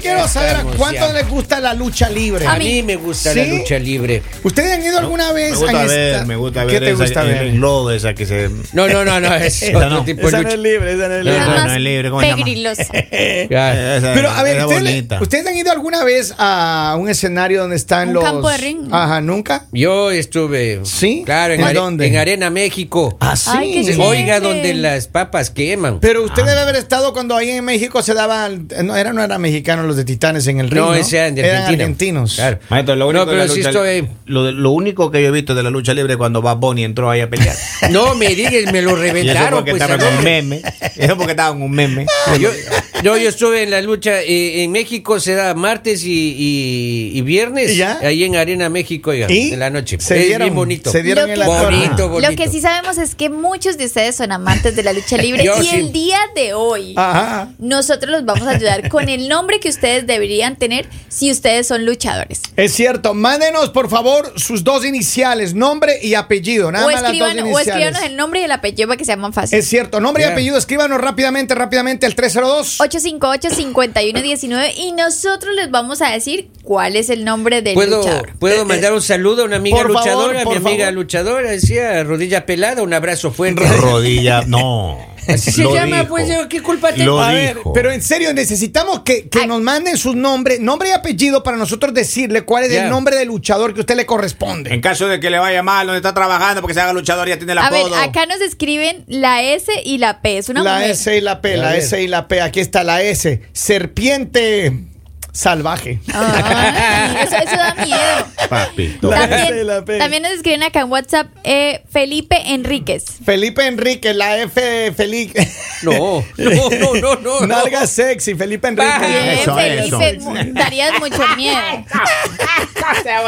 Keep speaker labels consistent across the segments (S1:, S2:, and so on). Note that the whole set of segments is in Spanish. S1: queremos saber a cuánto les gusta la lucha libre.
S2: A
S3: A
S2: mí.
S3: mí me gusta
S1: ¿Sí?
S3: la lucha libre.
S1: ¿Ustedes han ido alguna
S4: Me
S1: vez
S4: gusta
S1: han
S4: ver,
S1: esta-
S4: me gusta
S1: ¿Qué
S4: ver.
S1: te
S4: esa-
S1: gusta
S4: el
S1: ver?
S4: englodo esa que se.
S3: No, no, no, no, es
S4: Esta
S3: otro
S4: no.
S3: tipo de lucha.
S5: libre, esa no es
S4: No,
S2: La
S4: no,
S2: más
S4: no es libre, ¿cómo se llama?
S2: pegrilosa.
S3: Ya.
S4: Esa-
S1: Pero a ver,
S4: esa
S1: ¿ustedes,
S4: bonita.
S1: ¿ustedes han ido alguna vez a un escenario donde están
S2: Un
S1: los.
S2: campo de ring.
S1: Ajá, nunca.
S3: Yo estuve.
S1: ¿Sí?
S3: Claro, en,
S1: ¿En
S3: Are-
S1: dónde?
S3: en Arena, México.
S1: Ah, sí.
S2: Ay, qué
S3: Sí,
S2: chévere.
S3: Oiga, donde las papas queman.
S1: Pero
S4: Ah.
S1: usted debe haber estado cuando ahí en México se daban. No, era, no eran mexicanos los de Titanes en el ring.
S3: no,
S1: No,
S3: ese eran de
S1: Eran
S3: Argentina.
S1: argentinos.
S3: Claro.
S4: Maestro, lo único
S3: no, pero
S4: de la
S3: sí
S4: lucha-
S3: estoy.
S4: lo, de- lo único que yo he visto de la lucha libre es cuando Bad Bunny entró ahí a pelear.
S3: No me digas, me lo
S4: Y eso
S3: reventaron.
S4: porque
S3: pues, al
S4: estaba en un
S3: hombre.
S4: meme. Eso porque estaba en un meme.
S3: Yo, no, yo estuve en la lucha eh, en México, será martes y, y- y viernes.
S1: ¿Y ya?
S3: Ahí en Arena México, oiga,
S1: ¿Y?
S3: en la noche.
S1: Se
S3: es
S1: dieron-
S3: bien bonito.
S1: se dieron
S2: Lo
S1: el
S2: que-
S1: ator-
S3: Bonito,
S1: Ah.
S3: bonito.
S2: Lo que sí sabemos es que muchos de ustedes son amantes de la lucha libre
S3: Yo
S2: y
S3: sí.
S2: el día de hoy
S1: Ajá.
S2: nosotros los vamos a ayudar con el nombre que ustedes deberían tener si ustedes son luchadores.
S1: Es cierto, mándenos por favor sus dos iniciales, nombre y apellido, nada
S2: O,
S1: más las dos
S2: escriban, o
S1: iniciales.
S2: escríbanos el nombre y el apellido para que sea más fácil.
S1: Es cierto, nombre y
S3: Bien.
S1: apellido, escríbanos rápidamente, rápidamente al 302.
S2: 858-5119 y nosotros les vamos a decir cuál es el nombre del
S3: ¿Puedo,
S2: luchador.
S3: ¿Puedo mandar un saludo a una amiga
S1: por favor,
S3: luchadora?
S1: por
S3: mi amiga
S1: favor.
S3: luchadora, decía rodilla pelada, un abrazo fuerte.
S4: Rodilla, no.
S3: Así se
S4: Lo
S3: llama,
S4: dijo.
S3: pues, yo, ¿qué culpa tengo?
S4: Lo
S1: A ver,
S4: dijo.
S1: pero en serio, necesitamos que, que
S2: Ay.
S1: nos manden sus nombres, nombre y apellido para nosotros decirle cuál es
S3: Ya.
S1: el nombre del luchador que a usted le corresponde.
S4: En caso de que le vaya mal, donde está trabajando, porque se haga luchador, ya tiene el
S2: A ver,
S4: apodo.
S2: acá nos escriben la S y la P. Es una
S1: la
S2: mujer.
S1: S y la P,
S3: A
S1: la
S3: ver.
S1: S y la P. Aquí está la S. Serpiente salvaje.
S2: Ay, eso, eso da miedo.
S4: Papito.
S1: La S y
S2: También,
S1: la P.
S2: también nos escriben acá en WhatsApp eh, Felipe Enríquez.
S1: Felipe Enrique, la F de Felipe.
S3: No, no, no, no, no.
S1: Nalga sexy, Felipe Enrique.
S2: Bien,
S4: eso,
S2: Felipe,
S4: eso.
S2: mu- darías mucho miedo.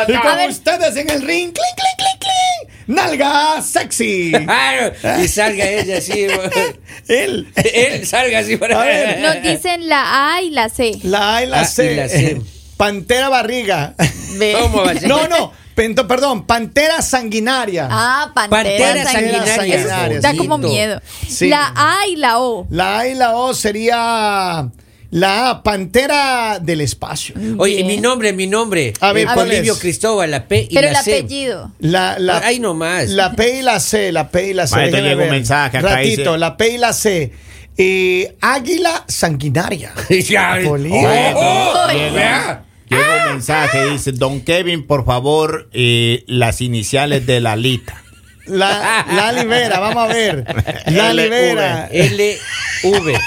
S1: Y
S2: A
S1: con
S2: ver.
S1: ustedes en el ring, clink, clink, clink, clink. Nalga sexy.
S3: Ah, y salga ella así.
S1: Él.
S3: Él salga así para
S1: A ver.
S2: Nos dicen la A y la C.
S1: La A y la
S3: Ah,
S1: C.
S3: y la C.
S1: Pantera barriga.
S2: Ve.
S3: ¿Cómo va a ser?
S1: No, no. pento- Perdón, pantera sanguinaria.
S2: Ah, pantera,
S3: Pantera
S2: sanguinaria.
S3: sanguinaria.
S2: Eso
S1: Sanguinaria,
S2: da
S1: sí.
S2: como miedo.
S1: Sí.
S2: La A y la O.
S1: La A y la O sería la A, pantera del espacio.
S3: Oye,
S2: Bien.
S3: mi nombre, mi nombre.
S1: A ver,
S3: Eh,
S1: ¿cuál
S3: Polibio
S1: es?
S3: Cristóbal, la P y
S2: Pero el
S3: la C.
S2: apellido.
S1: La, la,
S3: Ahí nomás.
S1: La P y la C, la P y la C.
S4: Maestro,
S1: déjeme
S4: llegó un
S1: ver.
S4: mensaje acá,
S1: Ratito,
S4: dice-
S1: la P y la C. Eh, águila sanguinaria.
S3: Ya.
S1: Polibio.
S4: Bueno,
S3: Oh,
S4: llega-
S3: vea.
S4: Llega
S2: Ah,
S4: un mensaje, dice, don Kevin, por favor, eh, las iniciales de la lita.
S1: La, la libera, vamos a ver. La
S4: LV.
S1: libera.
S3: L V.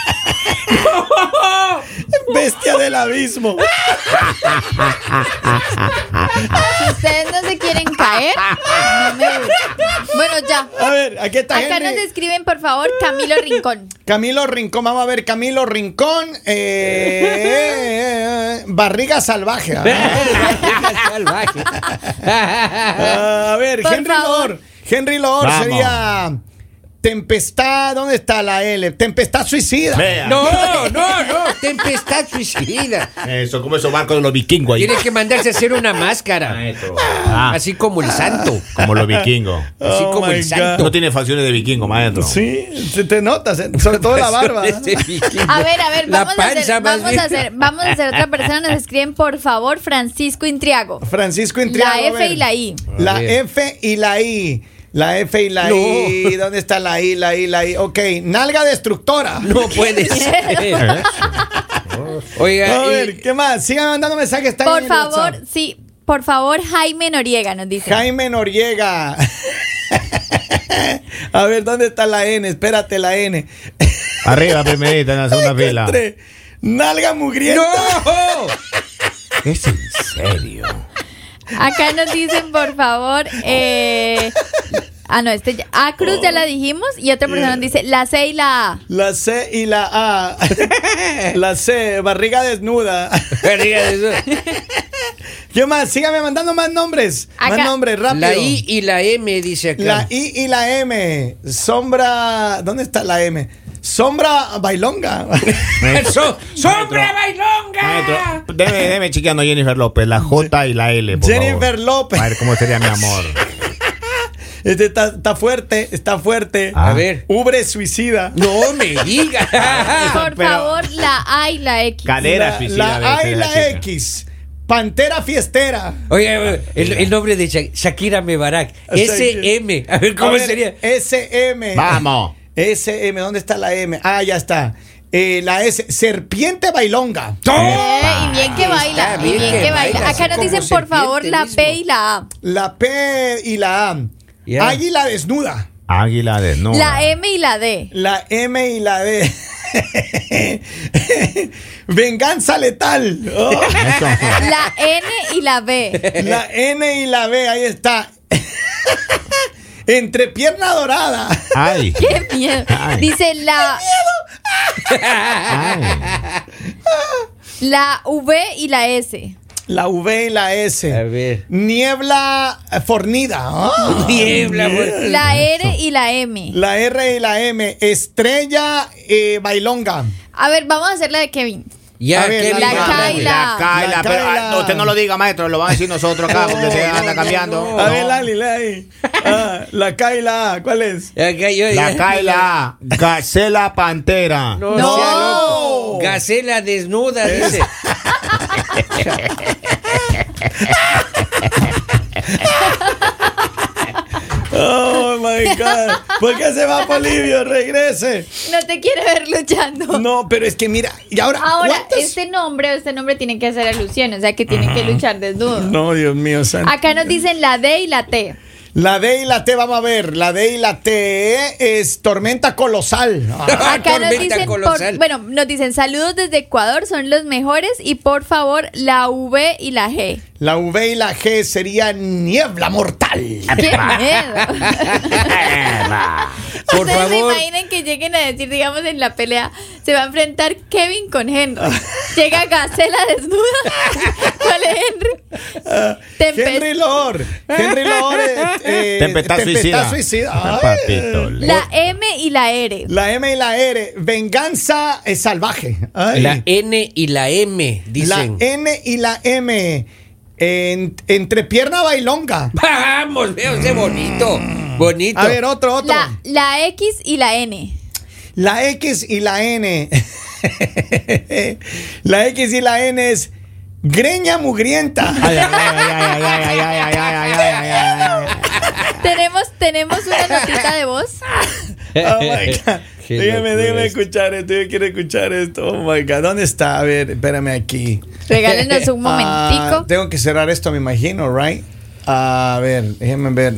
S1: Bestia del abismo.
S2: Si ustedes no se quieren caer, no me gusta. Bueno, ya.
S1: A ver, aquí está eh.
S2: Acá
S1: Henry.
S2: nos escriben, por favor, Camilo Rincón.
S1: Camilo Rincón, vamos a ver, Camilo Rincón. eh, eh, eh, barriga salvaje. Ah,
S3: Salvaje.
S1: a ver,
S2: Por
S1: Henry
S2: favor.
S1: Lord. Henry Lord
S4: Vamos.
S1: sería Tempestad. ¿Dónde está la L? Tempestad suicida.
S4: Vea.
S3: No, no, no. Tempestad suicida.
S4: Eso, como esos barcos de los vikingos ahí.
S3: Tiene que mandarse a hacer una máscara.
S4: Maestro. Ah,
S3: Así como el santo.
S4: como los vikingos.
S3: Así
S1: Oh
S3: como
S1: my
S3: el
S1: God.
S3: santo.
S4: No tiene facciones de vikingo, maestro.
S1: Sí, se te notas, eh, sobre todo la barba.
S3: Este vikingo.
S2: A ver, a ver,
S3: La
S2: vamos a
S3: panza
S2: hacer,
S3: más
S2: vamos
S3: bien.
S2: a hacer, vamos a hacer otra persona. Nos escriben, por favor, Francisco Intriago.
S1: Francisco Intriago.
S2: La
S1: a
S2: F
S1: ver.
S2: y la I.
S1: La
S3: A ver.
S1: F y la I. La F y la
S3: No.
S1: I. ¿Dónde está la I, la I, la I? Ok, nalga destructora.
S3: No puede ser. Oiga,
S1: A
S3: y-
S1: ver, ¿qué más? Sigan mandando mensajes. están en
S2: Por
S1: el
S2: favor,
S1: WhatsApp.
S2: sí, por favor, Jaime Noriega nos dice.
S1: Jaime Noriega. A ver, ¿dónde está la N? Espérate, la N.
S4: Arriba, primerita, en la segunda fila.
S1: Entre nalga mugrienta.
S3: ¡No!
S4: Es en serio.
S2: Acá nos dicen, por favor, eh, ah, no, este ya- A Cruz ya la dijimos y otra persona nos dice la C y la A.
S1: La C y la A. La C, barriga desnuda.
S3: Arriba de eso.
S1: ¿Qué más? Síganme mandando más nombres.
S2: Acá.
S1: Más nombres, rápido.
S3: La I y la M, dice acá.
S1: La I y la M. Sombra. ¿Dónde está la M? Sombra bailonga.
S3: So- ¡Sombra
S4: Maestro,
S3: bailonga!
S4: deme, deme chequeando a Jennifer López, la J y la L. Por
S1: Jennifer
S4: favor.
S1: López.
S4: A ver cómo sería mi amor.
S1: Este está, está fuerte, está fuerte.
S3: A ver.
S1: Ubre suicida.
S3: No me diga.
S2: Por
S4: pero-
S2: favor, la A y la X.
S4: Cadera
S1: la,
S4: suicida.
S1: la A
S4: dice
S1: y la
S4: chica.
S1: X. Pantera fiestera.
S3: Oye, el, el nombre de Sha- Shakira Mebarak. SM. A ver, ¿cómo
S1: Ah, A ver,
S3: sería?
S1: SM.
S4: Vamos.
S1: SM, ¿dónde está la M? Ah, ya está. Eh, la S, serpiente bailonga.
S3: ¡No!
S2: Eh, y bien que baila,
S3: Está
S2: y
S3: bien
S2: bien
S3: que
S2: que baila.
S3: baila,
S2: Acá nos
S3: como
S2: dicen, por
S3: serpiente
S2: favor, la
S3: mismo.
S2: B y la A.
S1: La P y la A.
S3: Ya.
S1: Águila desnuda.
S4: Águila desnuda.
S2: La M y la D.
S1: La M y la D. Venganza letal. Oh.
S4: Eso.
S2: La N y la B.
S1: La N y la B, ahí está. Entre pierna dorada.
S4: Ay.
S2: Qué miedo.
S4: Ay.
S2: Dice la,
S4: Ay.
S2: la V y la S.
S1: La V y la S.
S3: A ver.
S1: Niebla fornida. Oh.
S3: Niebla, güey.
S2: La R y la M.
S1: La R y la M. Estrella eh, bailonga.
S2: A ver, vamos a hacer la de Kevin.
S3: Ya,
S1: A ver,
S3: Kevin
S2: la
S3: Bacon.
S2: Kaila.
S4: La Kaila,
S1: La
S4: pero ah,
S1: Kaila.
S4: usted no lo diga, maestro, lo van a decir nosotros acá porque se anda cambiando.
S1: A ver, Lali, Lali. Ah, la K y la A. ¿Cuál es?
S3: Ya, ya, yo-
S4: La
S3: ya.
S4: Kaila, Gacela Pantera.
S3: No,
S1: No.
S3: sea loco. Gacela desnuda, dice.
S1: Oh my God. ¿Por qué se va Polivio? Regrese.
S2: No te quiere ver luchando.
S1: No, pero es que mira. Y ahora.
S2: Ahora,
S1: ¿cuántas-
S2: este nombre, este nombre tiene que hacer alusión, o sea que tiene que luchar desnudo.
S1: No, Dios mío, santo.
S2: Acá nos dicen la D y la T.
S1: La D y la T, vamos a ver. La D y la T es tormenta colosal. Ah,
S3: Ah,
S2: Acá nos
S3: tormenta
S2: dicen, por-
S3: colosal.
S2: bueno, nos dicen saludos desde Ecuador, son los mejores y por favor la V y la G.
S1: La V y la G sería niebla mortal.
S2: ¡Qué miedo!
S3: Por
S2: Ustedes se
S3: favor.
S2: imaginen que lleguen a decir, digamos, en la pelea, se va a enfrentar Kevin con Henry. Llega Gacela desnuda. ¿Cuál es Henry? Tempe-
S1: Henry Lord. Henry Lord. eh, eh,
S4: Tempestad suicida.
S3: Ah,
S1: suicida. Ay.
S4: Papito,
S2: la M y la R.
S1: E. La M y la R. Venganza eh, salvaje. Ay.
S3: La N y la M, dicen.
S1: La E. N y la M. En- entre pierna bailonga.
S3: Vamos, veo ese bonito. Bonito.
S1: Mm. A ver, otro, otro.
S2: La, la X y la N.
S1: La X y la N. la X y la N es greña mugrienta.
S4: Ay, ay, ay, ay, ay, ay, ay, ay, ay, ay, ay, ay, ay, ay.
S2: Tenemos, tenemos una notita de voz.
S1: Oh my God.
S3: Qué
S1: Déjame,
S3: locura
S1: déjame
S3: esto.
S1: escuchar esto. Yo quiero escuchar esto. Oh my God. ¿Dónde está? A ver, espérame aquí.
S2: Regálenos un
S1: Ah,
S2: momentico.
S1: tengo que cerrar esto, me imagino, ¿right? A ver, déjenme ver.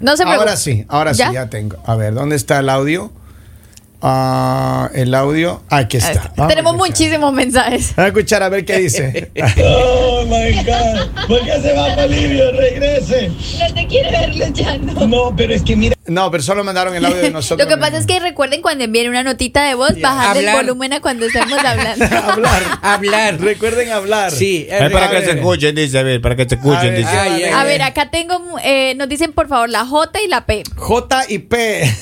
S2: No se preocupe.
S1: Ahora sí, ahora sí, ya tengo. A ver, ¿dónde está el audio? Ah, el audio, aquí
S2: Ahí
S1: está.
S2: está.
S1: Vamos a
S2: Tenemos
S1: escuchar.
S2: muchísimos mensajes.
S1: Vamos a escuchar a ver qué dice.
S5: Oh my God. ¿Por qué se va Bolivia? Regrese.
S2: No te quiere ver luchando.
S5: No, pero es que mira.
S1: No, pero solo mandaron el audio de nosotros.
S2: Lo que pasa es que recuerden cuando envíen una notita de voz, bajar el
S3: Hablar.
S2: volumen a cuando estemos hablando.
S1: hablar.
S3: Hablar.
S1: Recuerden hablar.
S3: Sí,
S4: Es para que se
S3: escuche.
S4: escuchen, dice, a ver, para que se escuchen,
S1: Ay,
S4: dice.
S1: ay.
S3: Ay, ay,
S2: A
S3: ay.
S2: ver, acá tengo, eh, nos dicen por favor la J y la P.
S1: J y P.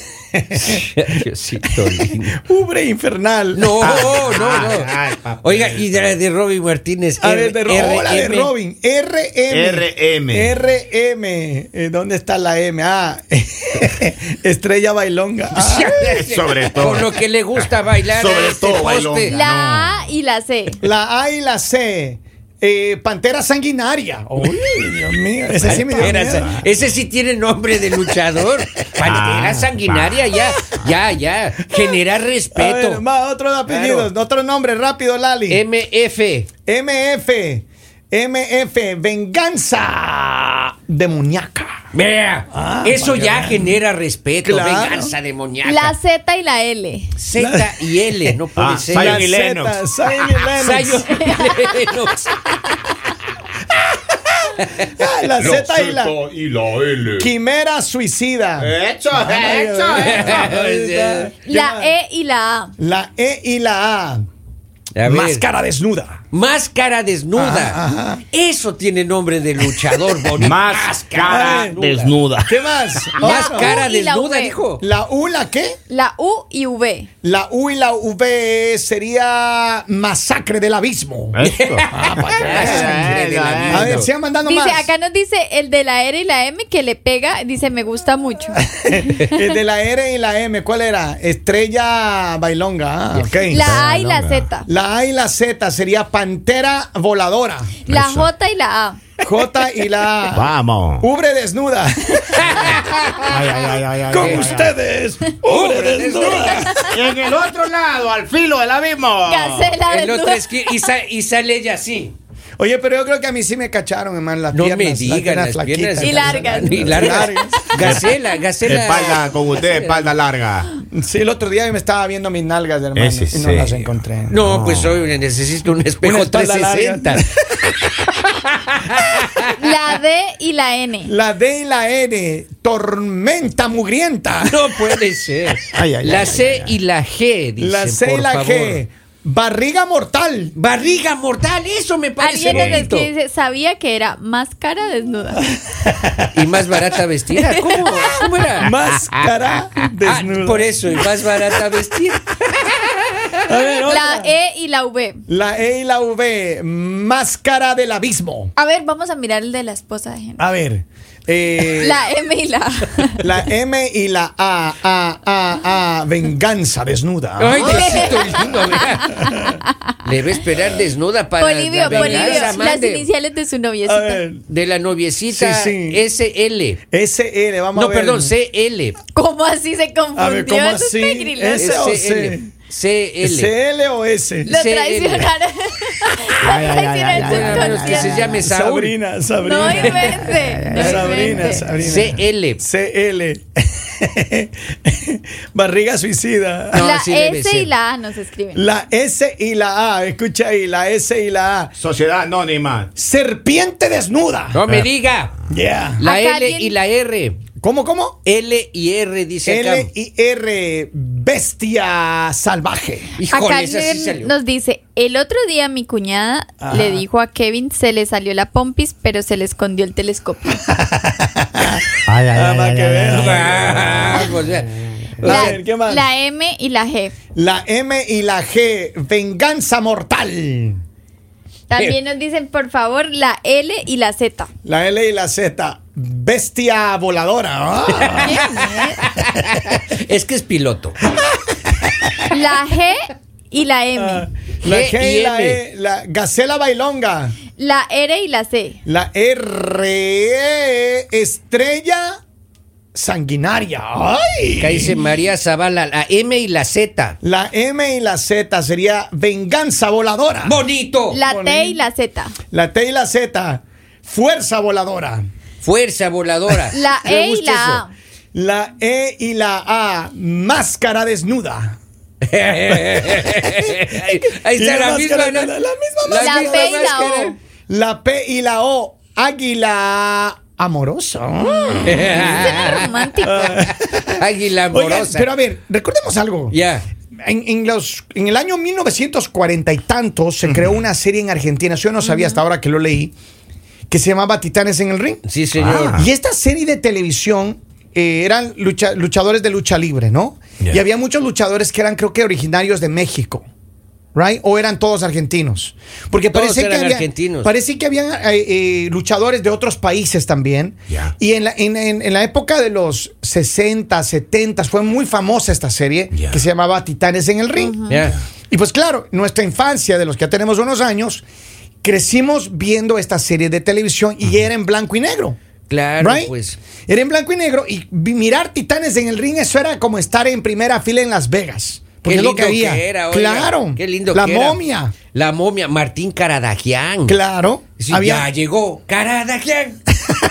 S3: Diosito lindo.
S1: Ubre infernal.
S3: No, no, no.
S4: ay, papá.
S3: Oiga, y de, la de Robin Martínez.
S1: A ver, de, Ro-
S3: RM.
S1: oh, la de Robin. RM.
S4: RM.
S1: RM. Eh, ¿Dónde está la M? Ah, Estrella Bailonga. Ah,
S4: Sobre todo.
S3: Con lo que le gusta bailar.
S4: Sobre
S3: a este
S4: todo,
S3: poste.
S4: bailón.
S2: La A y la C.
S1: la A y la C. Eh, Pantera sanguinaria. Uy, Dios mío. Ese sí me dio
S3: Pantera
S1: miedo.
S3: san- ese sí tiene nombre de luchador. Pantera
S4: Ah,
S3: sanguinaria, ya, ya, ya. Genera
S1: A
S3: respeto.
S1: ver, va, otro de apellidos, otro nombre rápido, Lali.
S3: MF.
S1: MF. MF. Venganza demoníaca.
S3: Vea,
S1: Ah,
S3: eso
S1: vaya,
S3: ya
S1: vaya.
S3: genera respeto,
S1: Claro.
S3: venganza demoníaca.
S2: La Z y la L.
S3: Z y L, no puede
S4: Ah,
S3: ser.
S4: Zion
S1: La
S4: y
S1: Z,
S4: Lennox.
S1: Zion y Lennox.
S3: Zion y Lennox.
S1: Ah, La Z y la
S4: y la L.
S1: quimera suicida.
S3: Eh.
S4: Hecho, hecho, hecho.
S1: Ahí está.
S2: La E y la A.
S1: La E y la A.
S3: A ver,
S1: Máscara desnuda.
S3: Máscara desnuda.
S1: Ajá, ajá.
S3: Eso tiene nombre de luchador bonito.
S4: Máscara desnuda.
S1: ¿Qué más?
S3: Máscara
S2: U y la
S3: desnuda,
S2: V.
S3: dijo.
S1: La U, la qué?
S2: La U y V.
S1: La U y la V sería masacre del abismo.
S4: Esto.
S1: Ah,
S3: Masacre del abismo.
S1: A ver, sigan mandando
S2: dice,
S1: más.
S2: acá nos dice el de la R y la M que le pega, dice, me gusta mucho.
S1: El de la R y la M, ¿cuál era? Estrella Bailonga. ah, ok.
S2: La A y la Z.
S1: La A y la Z sería pantera voladora.
S2: La J y la A.
S1: J y la A.
S4: Vamos.
S1: Ubre desnuda.
S4: Ay, ay, ay, ay, ay,
S1: Con
S4: ay, ay.
S1: ustedes. Ubre desnuda.
S4: Y en el otro lado, al filo del abismo.
S2: Gacela
S3: El otro
S2: desnuda.
S3: es que- y, sa- y sale ella así.
S1: Oye, pero yo creo que a mí sí me cacharon, hermano, las
S3: No
S1: piernas.
S3: me digan las piernas.
S1: flaquitas.
S2: Y largas.
S3: Y largas. Gacela, Gacela.
S4: Espalda, con usted, espalda larga.
S1: Sí, el otro día yo me estaba viendo mis nalgas, hermano,
S4: Ese
S1: y no
S4: sí.
S1: las encontré.
S3: No, pues hoy necesito un espejo
S1: Una espalda
S3: 360.
S1: larga.
S2: La D y la N.
S1: La D y la N, tormenta mugrienta.
S3: No puede ser.
S1: Ay, ay,
S3: la
S1: ay,
S3: C y la G, dicen,
S1: la C y
S3: por
S1: la G,
S3: favor.
S1: barriga mortal.
S3: Barriga mortal, eso me parece
S2: Alguien nos
S3: bonito.
S2: escribe, dice, sabía que era máscara desnuda.
S3: Y más barata vestida. ¿Cómo, cómo era?
S1: Máscara
S3: Ah,
S1: desnuda.
S3: por eso, y más barata vestida.
S1: A ver, otra.
S2: La E y la V.
S1: La E y la V, máscara del abismo.
S2: A ver, vamos a mirar el de la esposa de Henry.
S1: A ver. Ah, eh,
S2: La E. M y la A.
S1: la M y la A, A, A, A, venganza desnuda.
S3: Ay, Diosito lindo, vea. Le va a esperar desnuda para la
S2: Polivio,
S3: venganza,
S2: Polivio. Las
S3: mande.
S2: iniciales de su
S1: A
S2: noviecita.
S1: ver,
S3: de la noviecita
S1: Sí, sí.
S3: SL.
S1: SL, vamos a
S3: No,
S1: ver.
S3: perdón, CL.
S2: ¿Cómo así se confundió?
S1: A ver, ¿cómo
S2: Eso es
S1: así?
S2: pegriloso.
S1: Ese o
S3: SL. CL.
S1: CL o S.
S2: Lo
S3: CL.
S2: traicionaron.
S4: Ay, ay, ay, ay, ay,
S2: Traicionaron
S3: Bueno, a menos
S2: el
S3: que se
S2: subconsciente.
S3: llame Saúl.
S1: Sabrina, Sabrina.
S2: No invente. no
S1: Sabrina,
S2: invente.
S1: Sabrina.
S3: CL.
S1: CL. Barriga suicida.
S3: No,
S2: la
S3: sí debe
S2: S y
S3: ser.
S2: la A nos escriben.
S1: La S y la A. Escucha ahí, la S y la A.
S4: Sociedad Anónima.
S1: Serpiente desnuda.
S3: No me diga.
S1: Yeah.
S3: La
S2: Acá
S3: L
S2: alguien-
S3: y la R.
S1: ¿Cómo, cómo?
S3: L y R, dice
S1: L
S3: acá.
S1: y R. Bestia salvaje.
S2: Acá
S3: Híjole, esa sí
S2: alguien
S3: salió.
S2: nos dice, el otro día mi cuñada
S1: Ajá.
S2: le dijo a Kevin, se le salió la pompis, pero se le escondió el telescopio.
S4: Ay, ay,
S1: Nada
S4: ay,
S1: más
S4: ay,
S1: que
S4: ay,
S1: ver.
S4: ay, ay.
S3: Ah, o sea,
S1: A
S2: La,
S1: ver, ¿qué más?
S2: la M y la G.
S1: La M y la G. Venganza mortal.
S2: También nos dicen, por favor, la L y la Z.
S1: La L y la Z. Bestia voladora. Ah.
S3: es que es piloto.
S2: La G y la
S3: Ah.
S2: M.
S1: La
S3: G
S1: G
S3: y
S1: y la
S3: M.
S1: E, la Gacela Bailonga,
S2: La R y la C.
S1: la R, Estrella Sanguinaria. ¡Ay!
S3: Acá dice María Zavala, la M y la Z.
S1: La M y la Z sería Venganza Voladora.
S3: Oh, Bonito.
S2: La T y la Z.
S1: La T y la Z, Fuerza Voladora.
S3: Fuerza voladora.
S2: La
S3: Me
S2: E y
S3: gusta
S2: la A.
S1: La E y la A, Máscara Desnuda.
S3: eso. Ahí está
S1: Y la
S3: la misma.
S1: máscara,
S3: ¿no?
S1: la- la misma
S2: La
S3: misma
S2: P y la
S3: máscara.
S2: O.
S1: La P y la O, Águila Amorosa.
S3: Mm. Ah.
S2: Suena romántico.
S3: Águila
S1: Oigan,
S3: amorosa.
S1: pero a ver, recordemos algo.
S3: Ya.
S1: En, en los, en el año 1940 y tanto se creó una serie en Argentina, yo no sabía hasta ahora que lo leí, que se llamaba Titanes en el Ring.
S3: Sí, señor.
S1: Y esta serie de televisión eh, eran lucha- luchadores de lucha libre, ¿no?
S4: Ya.
S1: Y había muchos luchadores que eran creo que originarios de México. Right? O eran todos argentinos. Porque
S3: Todos
S1: parece,
S3: eran
S1: que había,
S3: argentinos.
S1: parece que habían eh, eh, luchadores de otros países también.
S4: Ya.
S1: Y en la, en- en- en la época de los 60, 70 fue muy famosa esta serie
S4: Ya.
S1: que se llamaba Titanes en el Ring.
S3: Ya.
S1: Y pues claro, nuestra infancia, de los que ya tenemos unos años, crecimos viendo esta serie de televisión y era en blanco y negro.
S3: Claro,
S1: Right?
S3: pues.
S1: Era en blanco y negro y vi- mirar Titanes en el ring, eso era como estar en primera fila en Las Vegas. Porque
S3: Qué
S1: es
S3: lindo
S1: lo que había.
S3: era, oiga.
S1: claro.
S3: Qué lindo
S1: La
S3: que era.
S1: momia.
S3: La momia. Martín Caradagian.
S1: Claro.
S3: Sí, Ya
S1: había,
S3: llegó Caradagian.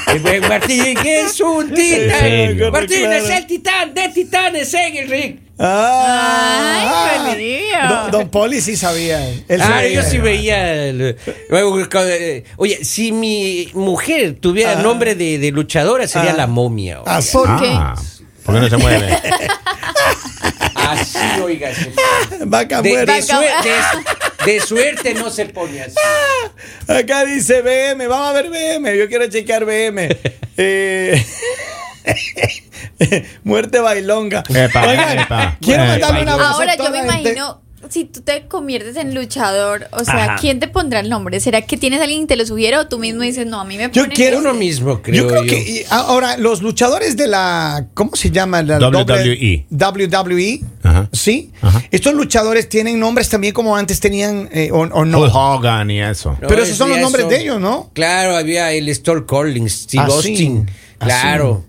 S3: El buen Martín es un
S4: Sí,
S3: titán.
S4: sí.
S3: Martín es
S1: Claro.
S3: el titán de titanes en el ring.
S1: Ah,
S2: Ay, Bolivia.
S1: don, don Poli sí sabía. Él sí
S3: Ah, yo
S1: veía.
S3: sí veía. el- luego, cuando, eh, Oye, si mi mujer tuviera
S1: Ah.
S3: nombre de, de luchadora, sería
S1: Ah.
S3: la momia. oiga.
S1: Ah, sí.
S2: ¿Por qué?
S4: Ah, ¿Por qué no se mueve?
S1: Ah.
S3: Así, oiga. se-
S1: Vaca
S3: De, de
S1: Ah, muerta.
S3: Sue- de- De suerte no se pone así.
S1: Acá dice BM, vamos a ver BM, yo quiero chequear BM. Eh, muerte bailonga.
S4: Epa,
S1: Oigan,
S4: epa.
S1: quiero
S4: Epa.
S1: mandarle un abrazo.
S2: Ahora
S1: a toda
S2: yo me
S1: la gente.
S2: imagino, si tú te conviertes en luchador, o sea,
S4: Ajá.
S2: ¿quién te pondrá el nombre? ¿Será que tienes alguien que te lo sugiere o tú mismo dices, no, a mí me
S1: Yo
S2: ponen
S1: quiero
S2: este"?
S3: Uno mismo, creo
S1: Yo
S3: yo.
S1: creo que y ahora los luchadores de la ¿cómo se llama? La
S4: WWE.
S1: doble- WWE.
S4: Ajá.
S1: E, Sí.
S4: Ajá.
S1: Estos luchadores tienen nombres también como antes tenían eh, o, o no.
S4: No Hogan y eso.
S1: Pero esos
S3: es
S1: son los
S3: de
S1: nombres
S3: eso.
S1: de ellos, ¿no?
S3: Claro, había el Store Collins, Steve
S1: Ah, sí.
S3: Austin.
S1: Ah,
S3: Claro.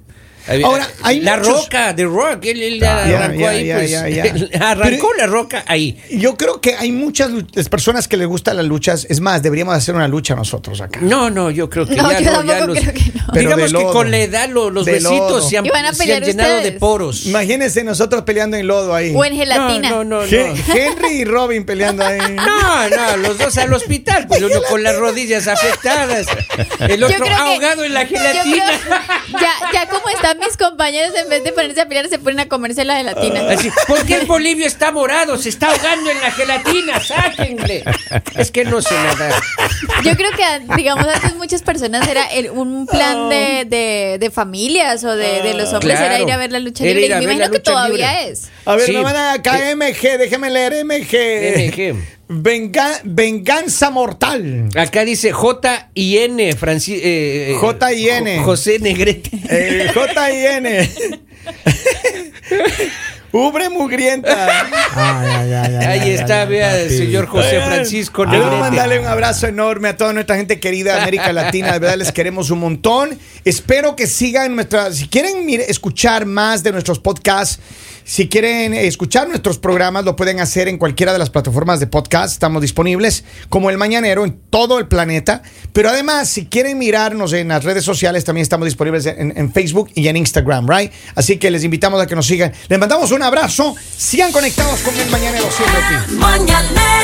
S3: Había-
S1: Ahora, hay
S3: la
S1: muchos- Ah,
S3: roca de rock, él, él
S1: Ya,
S3: arrancó
S1: ya,
S3: ahí,
S1: ya,
S3: pues,
S1: ya, ya.
S3: arrancó
S1: Pero-
S3: la roca ahí.
S1: Yo creo que hay muchas lu- las personas que les gustan las luchas. Es más, deberíamos hacer una lucha nosotros acá.
S3: No, no, yo creo que
S2: No,
S3: ya
S2: yo
S3: no, ya
S2: tampoco
S3: los-
S2: creo que no.
S1: Pero
S3: digamos
S1: de
S3: que
S1: lodo.
S3: con la edad lo- los
S1: De
S3: besitos
S1: lodo.
S3: se han,
S2: Y van a
S3: se han
S2: pelear
S3: llenado de
S2: ustedes.
S3: poros.
S1: Imagínense nosotros peleando en lodo ahí.
S2: O en gelatina.
S3: No, no, no.
S1: Gen-
S3: no.
S1: Henry y Robin peleando ahí.
S3: No, no, los dos al hospital, pues uno con las rodillas afectadas, el
S2: Yo
S3: otro
S2: creo que-
S3: ahogado en la
S2: yo creo-
S3: gelatina.
S2: ya, ya como están mis compañeros, en vez de ponerse a pelear, se ponen a comerse la gelatina.
S3: Así, ¿Por qué el Bolivio está morado? Se está ahogando en la gelatina, sáquenle. Es que no sé nadar.
S2: Yo creo que, digamos, antes muchas personas era el- un plan de, de- de familias o de, de los hombres
S3: Claro.
S2: era ir a ver la lucha
S3: Era
S2: libre.
S3: ir a
S2: Y me
S3: ver la
S2: imagino que
S3: lucha
S2: todavía
S3: libre.
S2: es.
S1: A ver,
S3: Sí.
S1: me van a KMG, déjeme leer MG.
S3: MG.
S1: Venga- venganza mortal.
S3: Acá dice J y N, Franci- eh, eh,
S1: J y N.
S3: Jo- José Negrete.
S1: Eh, J-I-N. Ubre mugrienta.
S3: Ahí está, vea, el señor José
S1: Oigan,
S3: Francisco
S1: Quiero
S3: Negrete.
S1: mandarle un abrazo enorme a toda nuestra gente querida de América Latina. De verdad, les queremos un montón. Espero que sigan nuestra. Si quieren mire, escuchar más de nuestros podcasts, si quieren eh, escuchar nuestros programas, lo pueden hacer en cualquiera de las plataformas de podcast. Estamos disponibles como El Mañanero en todo el planeta. Pero además, si quieren mirarnos en las redes sociales, también estamos disponibles en, en Facebook y en Instagram, ¿right? Así que les invitamos a que nos sigan. Les mandamos un abrazo. Sigan conectados con El Mañanero siempre aquí.
S6: mañanero.